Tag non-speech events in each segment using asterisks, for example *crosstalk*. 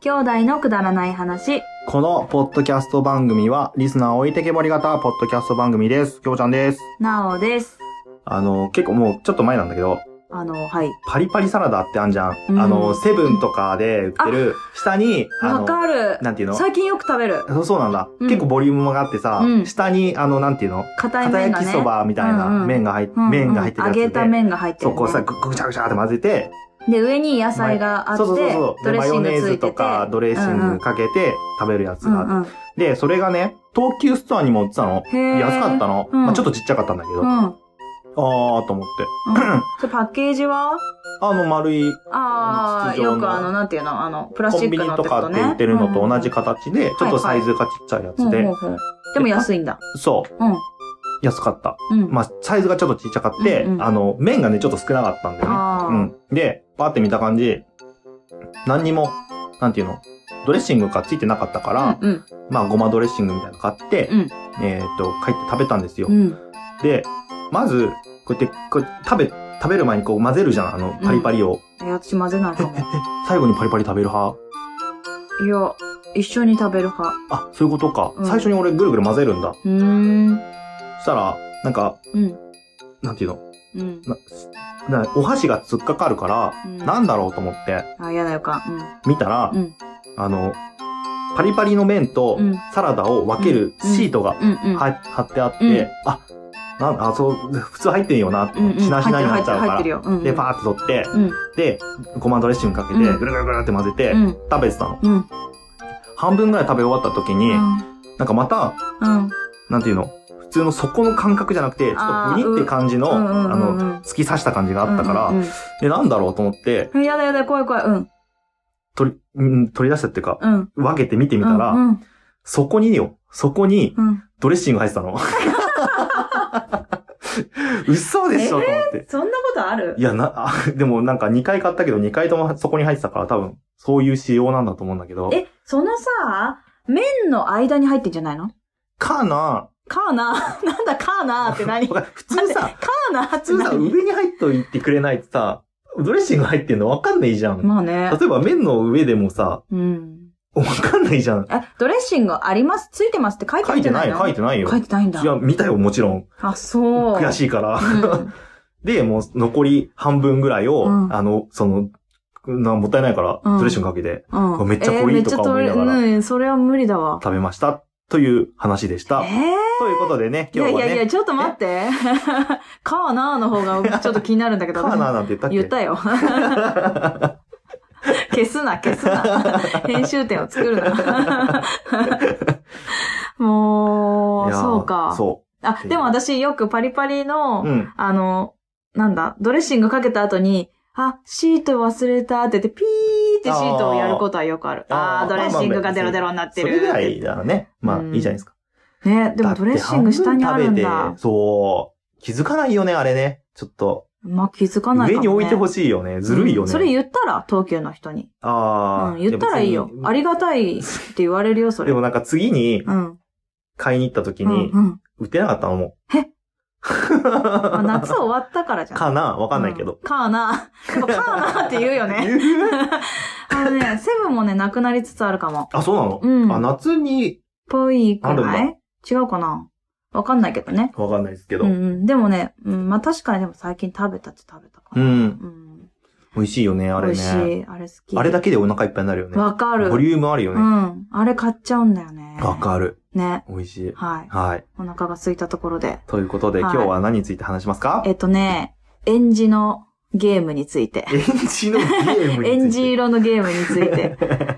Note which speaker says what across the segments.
Speaker 1: 兄弟のくだらない話。
Speaker 2: このポッドキャスト番組は、リスナー置いてけぼり型ポッドキャスト番組です。きょうちゃんです。
Speaker 1: なおです。
Speaker 2: あの、結構もうちょっと前なんだけど、
Speaker 1: あの、はい。
Speaker 2: パリパリサラダってあんじゃん。
Speaker 1: うん
Speaker 2: あの、セブンとかで売ってる、下に、あ
Speaker 1: わ
Speaker 2: の、
Speaker 1: かる。
Speaker 2: なんていうの
Speaker 1: 最近よく食べる。
Speaker 2: そうそうなんだ、
Speaker 1: うん
Speaker 2: 結構ボリュームもあってさ、
Speaker 1: うん
Speaker 2: 下に、あの、なんていうの
Speaker 1: 硬い
Speaker 2: 片
Speaker 1: 麺
Speaker 2: 焼
Speaker 1: が
Speaker 2: き
Speaker 1: ね。
Speaker 2: そばみたい
Speaker 1: うんう
Speaker 2: なん麺が入って、
Speaker 1: うんうん
Speaker 2: 麺が入ってるやつで。
Speaker 1: 揚げた麺が入ってる、
Speaker 2: そ
Speaker 1: ね。
Speaker 2: こをさ、ぐぐちゃぐちゃって混ぜて、
Speaker 1: で、上に野菜があって、
Speaker 2: そうそうそうそう。
Speaker 1: ド
Speaker 2: で
Speaker 1: レッ
Speaker 2: マ
Speaker 1: シ
Speaker 2: ヨ
Speaker 1: ング
Speaker 2: ネー
Speaker 1: つい
Speaker 2: ズ
Speaker 1: てて。
Speaker 2: とかドレッシングかけて食べるやつ
Speaker 1: う
Speaker 2: があって
Speaker 1: んうん。
Speaker 2: で、それがね、東急ストアにも売ってたの。
Speaker 1: へー
Speaker 2: 安かったの。
Speaker 1: うん
Speaker 2: まあちょっとちっちゃかったんだけど。
Speaker 1: う
Speaker 2: あ
Speaker 1: ん。うん。
Speaker 2: *clears throat* ーと思って。
Speaker 1: それパッケージは
Speaker 2: あの丸い
Speaker 1: ああ、
Speaker 2: 筒状の
Speaker 1: よくあの、なんていうのあの、プラス
Speaker 2: コ
Speaker 1: チ
Speaker 2: ン
Speaker 1: ック
Speaker 2: ビ
Speaker 1: の
Speaker 2: ニ
Speaker 1: って
Speaker 2: と
Speaker 1: こ
Speaker 2: か
Speaker 1: と
Speaker 2: っ
Speaker 1: ね。
Speaker 2: て売ってるのと同じ
Speaker 1: か
Speaker 2: 形で、ちょっとサイズがちっちゃいやつ
Speaker 1: で
Speaker 2: で。。
Speaker 1: でも安いんだ。
Speaker 2: そう。
Speaker 1: うん。
Speaker 2: 安かった。
Speaker 1: うん。
Speaker 2: まあサイズがちょっとちっちゃかって、
Speaker 1: うんうん
Speaker 2: あの、麺がね、ちょっと少なかったんだよね。
Speaker 1: あー
Speaker 2: うん。で、パーって見た感じ、何にも、なんていうのドレッシングがついてなかったから、
Speaker 1: うん。
Speaker 2: まあごまドレッシングみたいなの買って、
Speaker 1: うん
Speaker 2: えーっと、帰って食べたんですよ。
Speaker 1: うん。
Speaker 2: で、まず、こうやって、こう食べ、食べる前にこう混ぜるじゃん、あの、パリパリを。
Speaker 1: え、私混ぜないかも。
Speaker 2: *laughs* 最後にパリパリ食べる派。
Speaker 1: いや、一緒に食べる派。
Speaker 2: あ、そういうことか。
Speaker 1: うん
Speaker 2: 最初に俺ぐるぐる混ぜるんだ。
Speaker 1: うーん。
Speaker 2: そしたら、なんか、
Speaker 1: うん。
Speaker 2: なんていうの
Speaker 1: うん。
Speaker 2: ななお箸が突っかかるから、
Speaker 1: うん
Speaker 2: なんだろうと思って、
Speaker 1: あ、嫌だよか。うん。
Speaker 2: 見たら、
Speaker 1: うん
Speaker 2: あの、パリパリの麺と
Speaker 1: うん
Speaker 2: サラダを分けるシートが
Speaker 1: うんうん。
Speaker 2: は貼ってあっ
Speaker 1: う
Speaker 2: て、
Speaker 1: ん
Speaker 2: あ、なんあ、そう、普通入ってんよなって、
Speaker 1: うんうん。
Speaker 2: しなしなにな
Speaker 1: 入
Speaker 2: っ
Speaker 1: っ
Speaker 2: ち
Speaker 1: てる
Speaker 2: ゃ
Speaker 1: 入
Speaker 2: う
Speaker 1: って
Speaker 2: か
Speaker 1: る
Speaker 2: ら。
Speaker 1: よ。うん。
Speaker 2: で、パーって取って、
Speaker 1: うん。
Speaker 2: で、ごまドレッシングかけて、ぐ
Speaker 1: う
Speaker 2: る
Speaker 1: ん
Speaker 2: ぐるぐるって混ぜて、
Speaker 1: うん。
Speaker 2: 食べてたの。
Speaker 1: うん。
Speaker 2: 半分ぐらい食べ終わった時に、
Speaker 1: うん。
Speaker 2: なんかまた、
Speaker 1: うん。
Speaker 2: なんていうの普通の底の感覚じゃなくて、ちょっとブニって感じの、
Speaker 1: あーうん
Speaker 2: あ
Speaker 1: うんうんうん
Speaker 2: の、突き刺した感じがあったから、
Speaker 1: うんうん
Speaker 2: で、なんだろうと思って、
Speaker 1: うん。やだやだ、怖い怖い。うん。
Speaker 2: 取り、うん取り出したっていうか、
Speaker 1: うん。
Speaker 2: 分けて見てみたら、
Speaker 1: うん。
Speaker 2: そこによ、そこに
Speaker 1: うん。
Speaker 2: ドレッシング入ってたの。 *laughs* 嘘でしょと思って。
Speaker 1: そんなことある
Speaker 2: いや、な、あでもなんか2回買ったけど2回ともそこに入ってたから多分、そういう仕様なんだと思うんだけど。
Speaker 1: え、そのさ、麺の間に入ってんじゃないの
Speaker 2: かな
Speaker 1: カーナー *laughs* なんだカーナーって何カ
Speaker 2: わかん普通さ、
Speaker 1: ーナーっ
Speaker 2: 普
Speaker 1: て
Speaker 2: 通さ、
Speaker 1: 何
Speaker 2: 上に入っといてくれないとさ、ドレッシング入ってんのわかんないじゃん。
Speaker 1: まあね。
Speaker 2: 例えば麺の上でもさ、
Speaker 1: うん。
Speaker 2: わかんないじゃん。
Speaker 1: え、ドレッシングありますついてますって書いてあ
Speaker 2: 書
Speaker 1: る
Speaker 2: い
Speaker 1: んじ
Speaker 2: て
Speaker 1: ゃな
Speaker 2: ないい、
Speaker 1: の
Speaker 2: 書いてないよ。
Speaker 1: 書いてないんだ
Speaker 2: い。や、見たよ、もちろん。
Speaker 1: あ、そう。
Speaker 2: 悔
Speaker 1: い。
Speaker 2: しいか
Speaker 1: う
Speaker 2: ら。
Speaker 1: ん、
Speaker 2: で、もう残り半分ぐらいを、
Speaker 1: うん
Speaker 2: あの、その、なもったいないから、
Speaker 1: うん
Speaker 2: ドレッシングかけて
Speaker 1: うん、
Speaker 2: めっちゃ濃いとか思いなが
Speaker 1: え
Speaker 2: ら
Speaker 1: ーめっちゃ取れうん、それは無理だわ。
Speaker 2: 食べました。という話でし
Speaker 1: え
Speaker 2: た。
Speaker 1: ー
Speaker 2: ということでね、
Speaker 1: い
Speaker 2: 今
Speaker 1: や
Speaker 2: 日
Speaker 1: い
Speaker 2: は
Speaker 1: やいや、
Speaker 2: ね、
Speaker 1: ちょっと待って。 *laughs* カーナーの方がちょっと気になるんだけ
Speaker 2: カ
Speaker 1: ど。
Speaker 2: ーナーなんて言ったっけ
Speaker 1: 言ったよ。 *laughs* 消すな、消すな。編集点を作る
Speaker 2: *laughs*
Speaker 1: な。も、
Speaker 2: いうやー
Speaker 1: そうか。
Speaker 2: そ
Speaker 1: あ、でも私よくパリパリの、
Speaker 2: う。うん。
Speaker 1: あの、なんだ、ドレッシングかけた後に、あ、シート忘れたって言って、ピーってシートをやることはよくある。あ
Speaker 2: あー
Speaker 1: ードレッシングがデロデロになって
Speaker 2: そ
Speaker 1: る。
Speaker 2: れぐらいならね、まあ、
Speaker 1: うん
Speaker 2: いいじゃないですか。
Speaker 1: ね、でもドレッシング下にあるん
Speaker 2: って
Speaker 1: だ
Speaker 2: 半分食べ。てそう。気づかないよね、あれね。ちょっと。
Speaker 1: まあ、気づかないか
Speaker 2: 上
Speaker 1: も、ね。
Speaker 2: に置いてほしいよね。ずるいよね。
Speaker 1: うんそれ言ったら、東急の人に。
Speaker 2: あ
Speaker 1: う
Speaker 2: あ。
Speaker 1: ん、言ったらいいよ
Speaker 2: 別。に
Speaker 1: ありがたいって言われるよ、それ。
Speaker 2: でもなんか次に
Speaker 1: うん。
Speaker 2: 買いに行った時
Speaker 1: うん、
Speaker 2: に
Speaker 1: う、ん。
Speaker 2: 売ってなかったのもう。 *laughs*
Speaker 1: えまあ、夏終わったからじゃん。
Speaker 2: かなわかんないけ
Speaker 1: う
Speaker 2: ど。
Speaker 1: かーな。やっぱかーなって言うよ
Speaker 2: *laughs*
Speaker 1: ね。あのね、セブンもね、なくなりつつあるかも。
Speaker 2: あ、そうなの
Speaker 1: うん
Speaker 2: あ、夏に、
Speaker 1: ぽいく
Speaker 2: ある
Speaker 1: なんい違うかなわかんないけどね。
Speaker 2: わかんないですけど
Speaker 1: う。んうん。でもね、うん、まあ確かにでも最近食べたって食べたか
Speaker 2: う
Speaker 1: ら。
Speaker 2: ん。
Speaker 1: うん。
Speaker 2: 美味しいよね、あれ
Speaker 1: 美味し
Speaker 2: ね。
Speaker 1: い。あれ好き。
Speaker 2: あれだけでお腹いっぱいになるよね。
Speaker 1: わかる。
Speaker 2: ボリュームあるよ
Speaker 1: う
Speaker 2: ね。
Speaker 1: ん。あれ買っちゃうんだよね。
Speaker 2: わかる。
Speaker 1: ね。
Speaker 2: 美味しい。
Speaker 1: はい。
Speaker 2: はい。
Speaker 1: お腹が空いたところで。
Speaker 2: ということで、
Speaker 1: は
Speaker 2: 今
Speaker 1: い
Speaker 2: 日は何について話しますか
Speaker 1: えっとね、エンジのゲームについて。
Speaker 2: エンジのゲームについて。
Speaker 1: エンジ色のゲームについ
Speaker 2: *laughs*
Speaker 1: て。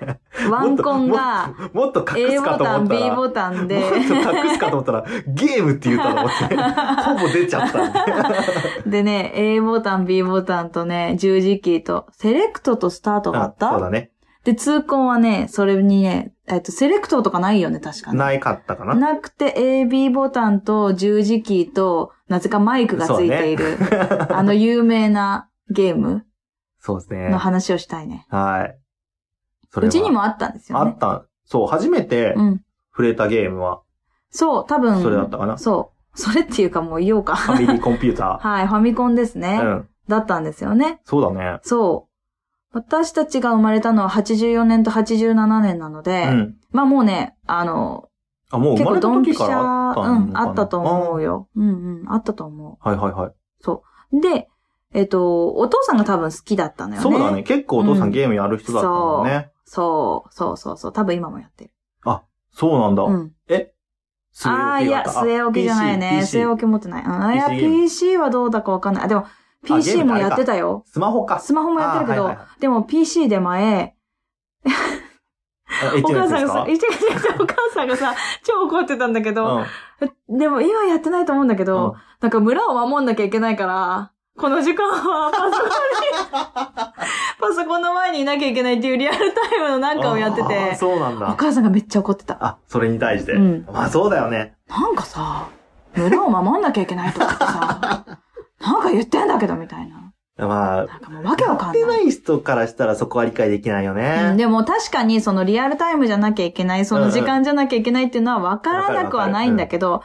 Speaker 1: ワンコンが
Speaker 2: もっともっと隠
Speaker 1: A
Speaker 2: すか
Speaker 1: ボ
Speaker 2: と
Speaker 1: タ
Speaker 2: 思
Speaker 1: ン、
Speaker 2: った
Speaker 1: B
Speaker 2: ら。
Speaker 1: ボタン
Speaker 2: *laughs*
Speaker 1: で
Speaker 2: も、っと隠すかと思ったら、ゲームって言うたと思って、
Speaker 1: *laughs*
Speaker 2: ほぼ出ちゃった。
Speaker 1: でね、A ボタン、B ボタンとね、十字キーと、セレクトとスタートがあっ
Speaker 2: あそう
Speaker 1: た
Speaker 2: だね。
Speaker 1: で、痛恨はね、それにね、えっと、セレクトとかないよね、確かに。
Speaker 2: ないかったかな。
Speaker 1: なくて、A、B ボタンと十字キーと、なぜかマイクがついている、 *laughs* あの有名なゲーム
Speaker 2: そうですね
Speaker 1: の。話をしたいね。
Speaker 2: はい。それ
Speaker 1: う
Speaker 2: は
Speaker 1: ちにもあったんです
Speaker 2: あ
Speaker 1: よね
Speaker 2: っ。た。そう、初めて
Speaker 1: うん。
Speaker 2: 触れたゲー
Speaker 1: *laughs*
Speaker 2: ムは、
Speaker 1: そう、多分。
Speaker 2: それだったかな。フ
Speaker 1: そう。それっていうかもう言おうか。
Speaker 2: ァ
Speaker 1: *laughs*
Speaker 2: ミリーコンピュータ
Speaker 1: はい、ファミコンですね。
Speaker 2: ー。うん。
Speaker 1: だったんですよね。
Speaker 2: そうだね。
Speaker 1: そ私たちが生まれたのは84年と87年なので、
Speaker 2: うん。
Speaker 1: まあもうね、あの、
Speaker 2: あ、もう
Speaker 1: 結
Speaker 2: 生ま
Speaker 1: 構
Speaker 2: れた
Speaker 1: ドンピ
Speaker 2: 時
Speaker 1: シャ
Speaker 2: からあったのかな、
Speaker 1: うん、あったと思うよ。うんうん、あったと思
Speaker 2: あー。はいはいはい。
Speaker 1: う。で、えっ、と、お父さんが多分好きだったのよね。
Speaker 2: そうだね。結構お父さんゲームやる人だったもんね。
Speaker 1: そう、そうそうそう。多分今もやってる。
Speaker 2: そうなんだ。
Speaker 1: うん。
Speaker 2: 据え置き
Speaker 1: ああー、いや、
Speaker 2: 型
Speaker 1: 据え置きじゃないね。
Speaker 2: PC
Speaker 1: 据え置き持ってない。うんあ、いや、
Speaker 2: PC ゲーム
Speaker 1: PC はどうだかわかんない。あ、でも、
Speaker 2: ゲー
Speaker 1: PC
Speaker 2: ム
Speaker 1: も
Speaker 2: ってあれか
Speaker 1: やってたよ。
Speaker 2: スマホか。
Speaker 1: スマホもやってるけど、
Speaker 2: あーはいはい
Speaker 1: でも PC で前、
Speaker 2: あエッ
Speaker 1: お
Speaker 2: チなや
Speaker 1: 母さん
Speaker 2: つです
Speaker 1: がさ、
Speaker 2: か
Speaker 1: 一時お母さんがさ、超怒ってたんだけど、
Speaker 2: うん
Speaker 1: でも今やってないと思うんだけど、
Speaker 2: うん
Speaker 1: なんか村を守んなきゃいけないから、この時間は
Speaker 2: *laughs*
Speaker 1: パソコンに、パソコンの前にいなきゃいけないっていうリアルタイムのなんかをやって
Speaker 2: あー
Speaker 1: て、
Speaker 2: そうなん
Speaker 1: お
Speaker 2: だ。
Speaker 1: 母さんがめっちゃ怒ってた。
Speaker 2: あ、それに対して。
Speaker 1: うん
Speaker 2: まあそうだよね。
Speaker 1: なんかさ、村を守んなきゃいけないとかってさ、
Speaker 2: *laughs*
Speaker 1: なんか言ってんだけどみたいな。
Speaker 2: ま
Speaker 1: な
Speaker 2: あ、
Speaker 1: んかもうわけわか
Speaker 2: やっ
Speaker 1: ん
Speaker 2: て
Speaker 1: な。
Speaker 2: ないい人からしたらそこは理解できないよ
Speaker 1: うん、
Speaker 2: ね。
Speaker 1: でも確かにそのリアルタイムじゃなきゃいけない、その時間じゃなきゃいけないっていうのは分からなくはないんだけど、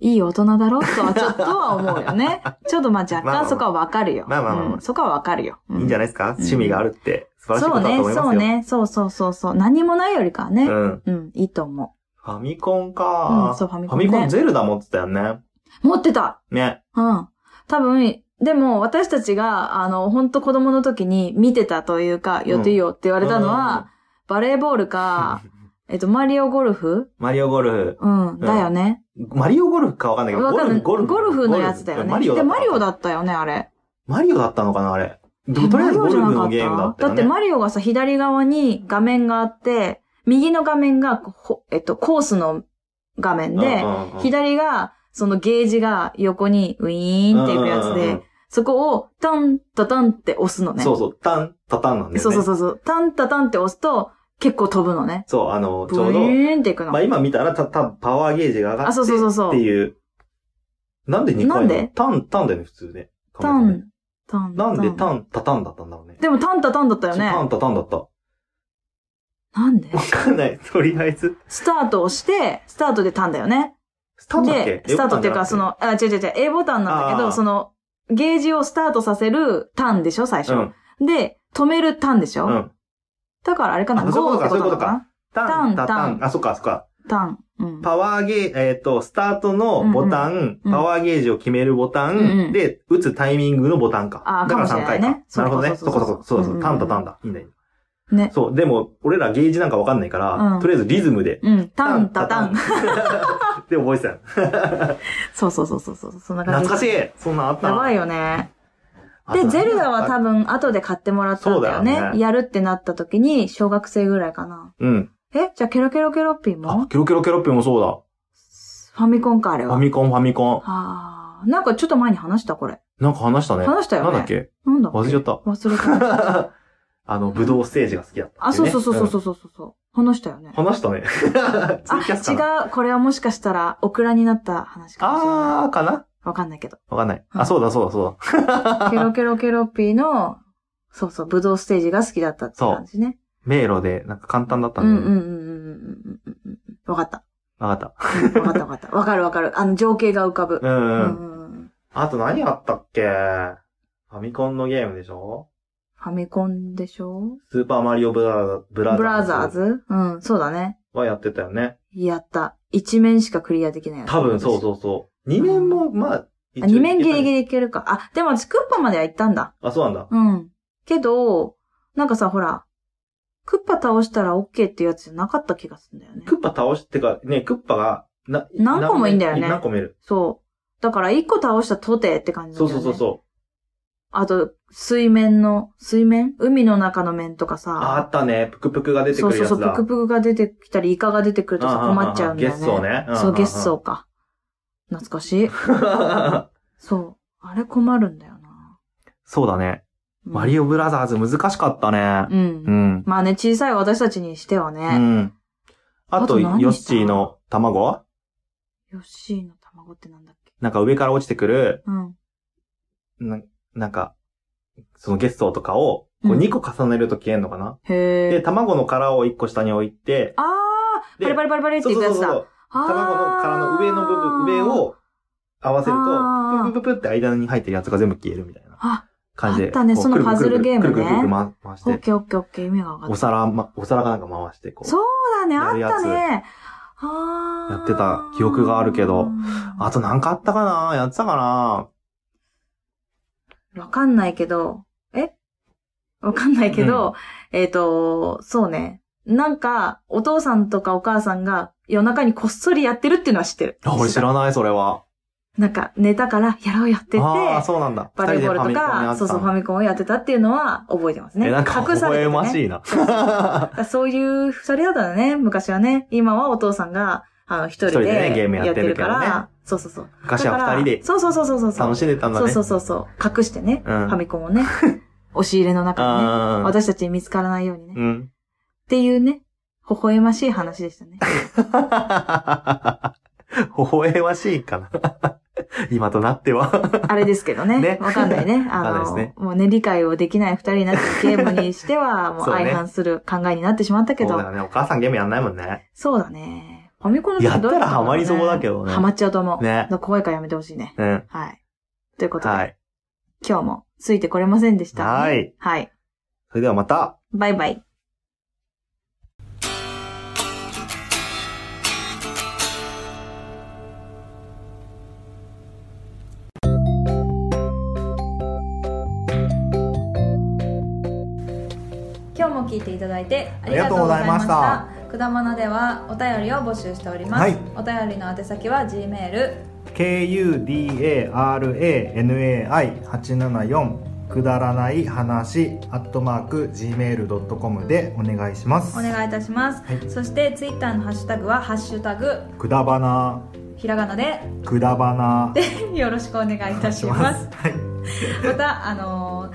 Speaker 1: いい大人だろとはちょっとは思うよ
Speaker 2: *laughs*
Speaker 1: ね。ちょっとまあ若
Speaker 2: まあまあま
Speaker 1: 干
Speaker 2: あ
Speaker 1: そこは分かるよ。
Speaker 2: まあまあまあまあ
Speaker 1: うんそこは分かるよ。
Speaker 2: いいんじゃ
Speaker 1: ない
Speaker 2: ないですか、
Speaker 1: ん
Speaker 2: 趣味があるって素晴らしいこ
Speaker 1: そう
Speaker 2: とだ
Speaker 1: ね
Speaker 2: と思いますよ。
Speaker 1: そうね。そうそうそうそう。何もないよりかはね。
Speaker 2: うん。
Speaker 1: うん、いいと思
Speaker 2: ファミコン
Speaker 1: う。
Speaker 2: か、
Speaker 1: うん、そう、ファミ
Speaker 2: フ
Speaker 1: コ
Speaker 2: ァ
Speaker 1: ン、
Speaker 2: ミ
Speaker 1: ね。
Speaker 2: コンゼルダ持ってたよね。
Speaker 1: 持ってた
Speaker 2: ね。
Speaker 1: うん。多分、でも私たちが、あの、本当子供の時に見てたというか、予定よって言われたのは、バレーボールか、
Speaker 2: *laughs*
Speaker 1: えっと、マリオゴルフ
Speaker 2: マリオゴルフ。
Speaker 1: うん、だよね。
Speaker 2: マリオゴルフかわかんないけど、
Speaker 1: わ
Speaker 2: ゴ
Speaker 1: か
Speaker 2: ル
Speaker 1: る
Speaker 2: フ、ゴルフ。
Speaker 1: ゴルフのやつだよね。
Speaker 2: マリオだ
Speaker 1: で、
Speaker 2: った。
Speaker 1: マリオだったよね、あれ。
Speaker 2: マリオだったのかなあれ。でもとりあえずゴルフのゲームだったよ
Speaker 1: だっ
Speaker 2: ね。
Speaker 1: てマリオがさ、左側に画面があって、右の画面がこう、ほえっと、コースの画面で、
Speaker 2: うんうんうん
Speaker 1: 左が、そのゲージが横にウィーンっていくやつ
Speaker 2: うんうんうんう
Speaker 1: で
Speaker 2: ん、
Speaker 1: そこをタンタタンって押すのね。
Speaker 2: そうそう、タン、タタンなんだよね。
Speaker 1: そうそうそうそう。タンタタンって押すと、結構飛ぶのね。
Speaker 2: そう、あの、
Speaker 1: ブ
Speaker 2: ち
Speaker 1: イ
Speaker 2: ょうど、
Speaker 1: ーンっていくの。
Speaker 2: まあ今見たら、た、た、パワーゲージが上が
Speaker 1: あ、
Speaker 2: って
Speaker 1: そうそうそうそ
Speaker 2: って
Speaker 1: う。
Speaker 2: いう。なんで2回
Speaker 1: なんで
Speaker 2: タン、タンだよね、普通ね。
Speaker 1: タン、タン。
Speaker 2: なんでタン、タタンだったんだろうね。
Speaker 1: でもタンタタンだったよ
Speaker 2: そうタ
Speaker 1: ね。
Speaker 2: ン、タタンだった。わ
Speaker 1: なんで
Speaker 2: かんない。 *laughs* とりあえず。
Speaker 1: スタートをして、スタートでタンだよね。
Speaker 2: スタートだっ
Speaker 1: で
Speaker 2: け、
Speaker 1: スタートっていうか、そ、の、あ、違う違う違う、A ボタンなんだけ
Speaker 2: あ
Speaker 1: ど、
Speaker 2: ー
Speaker 1: その、ゲージをスタートさせるタンでしょ、最
Speaker 2: A ボタンじゃな
Speaker 1: 初。
Speaker 2: くて
Speaker 1: で、止めるタンでし
Speaker 2: うん。う
Speaker 1: ょ
Speaker 2: ん。
Speaker 1: だからあれかな、
Speaker 2: あそうい
Speaker 1: ゴ
Speaker 2: う
Speaker 1: ー
Speaker 2: こと
Speaker 1: ってことな
Speaker 2: か
Speaker 1: のかな
Speaker 2: タン、
Speaker 1: タ
Speaker 2: タ
Speaker 1: ン
Speaker 2: タ
Speaker 1: タ
Speaker 2: ン。あ、そっか、そっか。
Speaker 1: タン。うん。
Speaker 2: パワーゲー、えっと、スタートのボタン、
Speaker 1: うん
Speaker 2: パワーゲージを決めるボタ
Speaker 1: うんう
Speaker 2: ン、
Speaker 1: ん
Speaker 2: で、打つタイミングのボタンか。
Speaker 1: あー
Speaker 2: だから
Speaker 1: かも
Speaker 2: 3
Speaker 1: しれない
Speaker 2: 回
Speaker 1: ね
Speaker 2: か。なるほどね。
Speaker 1: そ
Speaker 2: そうう
Speaker 1: そ
Speaker 2: そうう
Speaker 1: そ
Speaker 2: そうう。
Speaker 1: そう
Speaker 2: そう
Speaker 1: うんうん
Speaker 2: そうう。
Speaker 1: ん
Speaker 2: タン、タタンだ。いいんだよ。
Speaker 1: ね。
Speaker 2: そう、でも、俺らゲージなんかわかんないか
Speaker 1: うん
Speaker 2: ら、とりあえずリズムで。
Speaker 1: うん、タンタタン。。
Speaker 2: *laughs* で、覚えてたよ。
Speaker 1: *laughs* そうそうそうそうそう、そんな感じ。
Speaker 2: 懐かしいそんなんあった
Speaker 1: やばいよね。で、ゼルダは多
Speaker 2: 分。
Speaker 1: 分後で買ってもらったんだよね。
Speaker 2: そうだよね
Speaker 1: やるってなった時に、小学生ぐらいかな。
Speaker 2: うん。
Speaker 1: えじゃあ、ケロケロケロッピー
Speaker 2: あ
Speaker 1: も、
Speaker 2: ケロケロケロッピーもそうだ。
Speaker 1: ファミコンか、あれ
Speaker 2: ファ
Speaker 1: は。
Speaker 2: ミコン、ファミコン。
Speaker 1: あー。なんかちょっと前に話した、これ。
Speaker 2: なんか話したね。
Speaker 1: 話したよね
Speaker 2: なんだっけ
Speaker 1: なんだっけ
Speaker 2: 忘れちゃった。 *laughs*
Speaker 1: 忘れた。
Speaker 2: あの、武道ステージが好きだった
Speaker 1: あ、
Speaker 2: ってい
Speaker 1: そう
Speaker 2: ね。
Speaker 1: そうそうそうそううそうそう、話したよね。
Speaker 2: ん。話したね。 *laughs* ツイキャスかな
Speaker 1: あ、違う。これはもしかしたら、オクラになった話かもしれない。
Speaker 2: あー、かな
Speaker 1: わかんないけど。
Speaker 2: わかんない。
Speaker 1: う
Speaker 2: あ、
Speaker 1: ん
Speaker 2: そうだそうだそうだ。
Speaker 1: ケロケロケロッピーの、 *laughs* そうそう、武道ステージが好きだったって感じね。
Speaker 2: 迷路で、なんか簡単だった
Speaker 1: うんうんん
Speaker 2: で。
Speaker 1: うん
Speaker 2: わ
Speaker 1: うんうんうんうんうん。わかった。
Speaker 2: かった。
Speaker 1: うんわかったわかった。わかるわかる。あの、情景が浮かぶ。
Speaker 2: うん
Speaker 1: う
Speaker 2: うん。
Speaker 1: んうん
Speaker 2: あと何あったっけファミコンのゲームでしょ
Speaker 1: ファミコンでしょ
Speaker 2: スーパーマリオブラブラザーズ。
Speaker 1: ブラザーズうん、そうだね。
Speaker 2: はやってたよね。
Speaker 1: やった。一面しかクリアできないやつ
Speaker 2: 多分そうそうそう。二面も、まあ、
Speaker 1: あ二面ギリギ
Speaker 2: リ。
Speaker 1: リいけるか。あ、でも私クッパまでは行ったんだ。
Speaker 2: あ、そうなんだ。
Speaker 1: うん。けど、なんかさ、ほら、クッパ倒したら OK っていうやつじゃなかった気がするんだよね。
Speaker 2: クッパ倒してか、ね、クッパが、な
Speaker 1: 何個もいいんだよね
Speaker 2: 何個もいる。
Speaker 1: そう。だから、一個倒したとてって感じな
Speaker 2: そ
Speaker 1: ん
Speaker 2: う
Speaker 1: だ
Speaker 2: そ
Speaker 1: よ
Speaker 2: う
Speaker 1: ね。
Speaker 2: そうそう。
Speaker 1: あと、水面の、水面海の中の面とか
Speaker 2: ああ
Speaker 1: さ。
Speaker 2: ったね。プクプクが出て
Speaker 1: そ
Speaker 2: く
Speaker 1: う
Speaker 2: る
Speaker 1: そうそ
Speaker 2: やつだ。
Speaker 1: う、ぷくぷくが出てきたり、イカが出てくるとさ、困っちゃうんだよね。
Speaker 2: ゲッソーね。
Speaker 1: そう、月
Speaker 2: ソ
Speaker 1: 相か。懐か
Speaker 2: *laughs*
Speaker 1: しい。
Speaker 2: ー。
Speaker 1: そう。あれ困るんだよな。
Speaker 2: そうだね。マリ
Speaker 1: オ。
Speaker 2: オブラザーズ難しかった
Speaker 1: う。
Speaker 2: ね。うんん。
Speaker 1: まあね、小さい私たちにしては
Speaker 2: う
Speaker 1: ね。
Speaker 2: ん。あ
Speaker 1: あと
Speaker 2: と、
Speaker 1: 何
Speaker 2: ヨッシーの卵
Speaker 1: ヨッシーの卵ってなんだっけ
Speaker 2: なんか上から落ちてくる、
Speaker 1: うん。
Speaker 2: ななんか、そのゲッソーとかを、こ
Speaker 1: う
Speaker 2: うん2個重ねると消えんのかな、
Speaker 1: へ
Speaker 2: で、
Speaker 1: え。
Speaker 2: 卵の殻を1個下に置いて、
Speaker 1: あー、
Speaker 2: で
Speaker 1: バリバリバリバリって
Speaker 2: そう
Speaker 1: いく
Speaker 2: そ
Speaker 1: や
Speaker 2: う
Speaker 1: つ
Speaker 2: そ
Speaker 1: だ。
Speaker 2: う。卵の殻の上の部分、上
Speaker 1: あー。
Speaker 2: を合わせる
Speaker 1: あー
Speaker 2: と、プププププって間に入ってるやつが全部消えるみたいな。
Speaker 1: あ、
Speaker 2: 感じで。
Speaker 1: あったね
Speaker 2: こう
Speaker 1: その
Speaker 2: くるくる
Speaker 1: パズルゲームね
Speaker 2: くるくるくるくる回回し
Speaker 1: オッ
Speaker 2: て、
Speaker 1: ケーオッケーオッケー、意味が分かった
Speaker 2: お。皿、ま、お皿かなんか回して、こう。
Speaker 1: そうだね、
Speaker 2: や
Speaker 1: あっ
Speaker 2: るやつ
Speaker 1: たね。あー
Speaker 2: やってた記憶があるけど。あとなんかあったかなやってたかな
Speaker 1: わかんないけど、えわかんないけど、えっ、と、そうね。なんか、お父さんとかお母さんが夜中にこっそりやってるっていうのは知ってる。
Speaker 2: あ俺知らない、それは。
Speaker 1: なんか、寝たからやろうよって言っ
Speaker 2: ああ、
Speaker 1: て、
Speaker 2: そうなんだ。
Speaker 1: バレーボールと
Speaker 2: 二人でファミコンやっ
Speaker 1: か、そ
Speaker 2: てた
Speaker 1: うそう、ファミコンをやってたっていうのは覚えてますね。
Speaker 2: え、なんか、微
Speaker 1: 隠されて
Speaker 2: 笑
Speaker 1: て、ね、
Speaker 2: ましい
Speaker 1: だ
Speaker 2: な。
Speaker 1: からそういう二人だったよね、昔はね。今はお父さんが、あの、一人
Speaker 2: 一人で
Speaker 1: で
Speaker 2: ねゲームやってるけどね
Speaker 1: やってるからそうそうそう。
Speaker 2: 昔は二人で
Speaker 1: そうそうそうそうそう。
Speaker 2: 楽しんでたんだ
Speaker 1: そう
Speaker 2: ね。
Speaker 1: そう
Speaker 2: う
Speaker 1: そうそう。隠してね、
Speaker 2: うん
Speaker 1: ファミコンを
Speaker 2: *laughs*
Speaker 1: ね、押し入れの中にね、
Speaker 2: ん。
Speaker 1: 私たちに見つからないようにね。っ
Speaker 2: うん。 *laughs*
Speaker 1: ていうね、微笑ましい話でしたね。
Speaker 2: 微笑ましいかな。今となっては。
Speaker 1: あれですけど
Speaker 2: ね
Speaker 1: ね。わ、かんない
Speaker 2: *laughs*
Speaker 1: ね。あ
Speaker 2: わかんないです
Speaker 1: の、
Speaker 2: ね
Speaker 1: もうね、理解をできない二人になってるゲームにしては、もう
Speaker 2: そうね
Speaker 1: 相反する考えになってしまったけ
Speaker 2: そ
Speaker 1: ど、
Speaker 2: うだよね。お母さんゲームやんないもんね。
Speaker 1: そうだね。ファミコンの時
Speaker 2: やったら
Speaker 1: どうったん
Speaker 2: ハマりそうだけどね
Speaker 1: ハマっちゃうと思う。
Speaker 2: ね。
Speaker 1: だ怖いからやめてほしいね。
Speaker 2: うん。
Speaker 1: はい。ということで、
Speaker 2: はい。
Speaker 1: 今日もついてこれませんでした、
Speaker 2: はい。
Speaker 1: はい。
Speaker 2: それではまた。
Speaker 1: バイバイ。今日も聞いていただいてありがとうございました。
Speaker 2: あ
Speaker 1: くだまなではお便りを募集しております。
Speaker 2: はい
Speaker 1: お便りの宛先は G メール
Speaker 2: kudaranai874 くだらない話アットマーク gmail.com でお願いしま
Speaker 1: お願いいたします。
Speaker 2: はい
Speaker 1: そしてツイッターのハッシュタグはハッシュタグ
Speaker 2: くだばな
Speaker 1: ひらがなで
Speaker 2: くだばな
Speaker 1: でよろしくお願いいたします。
Speaker 2: はい
Speaker 1: またあのー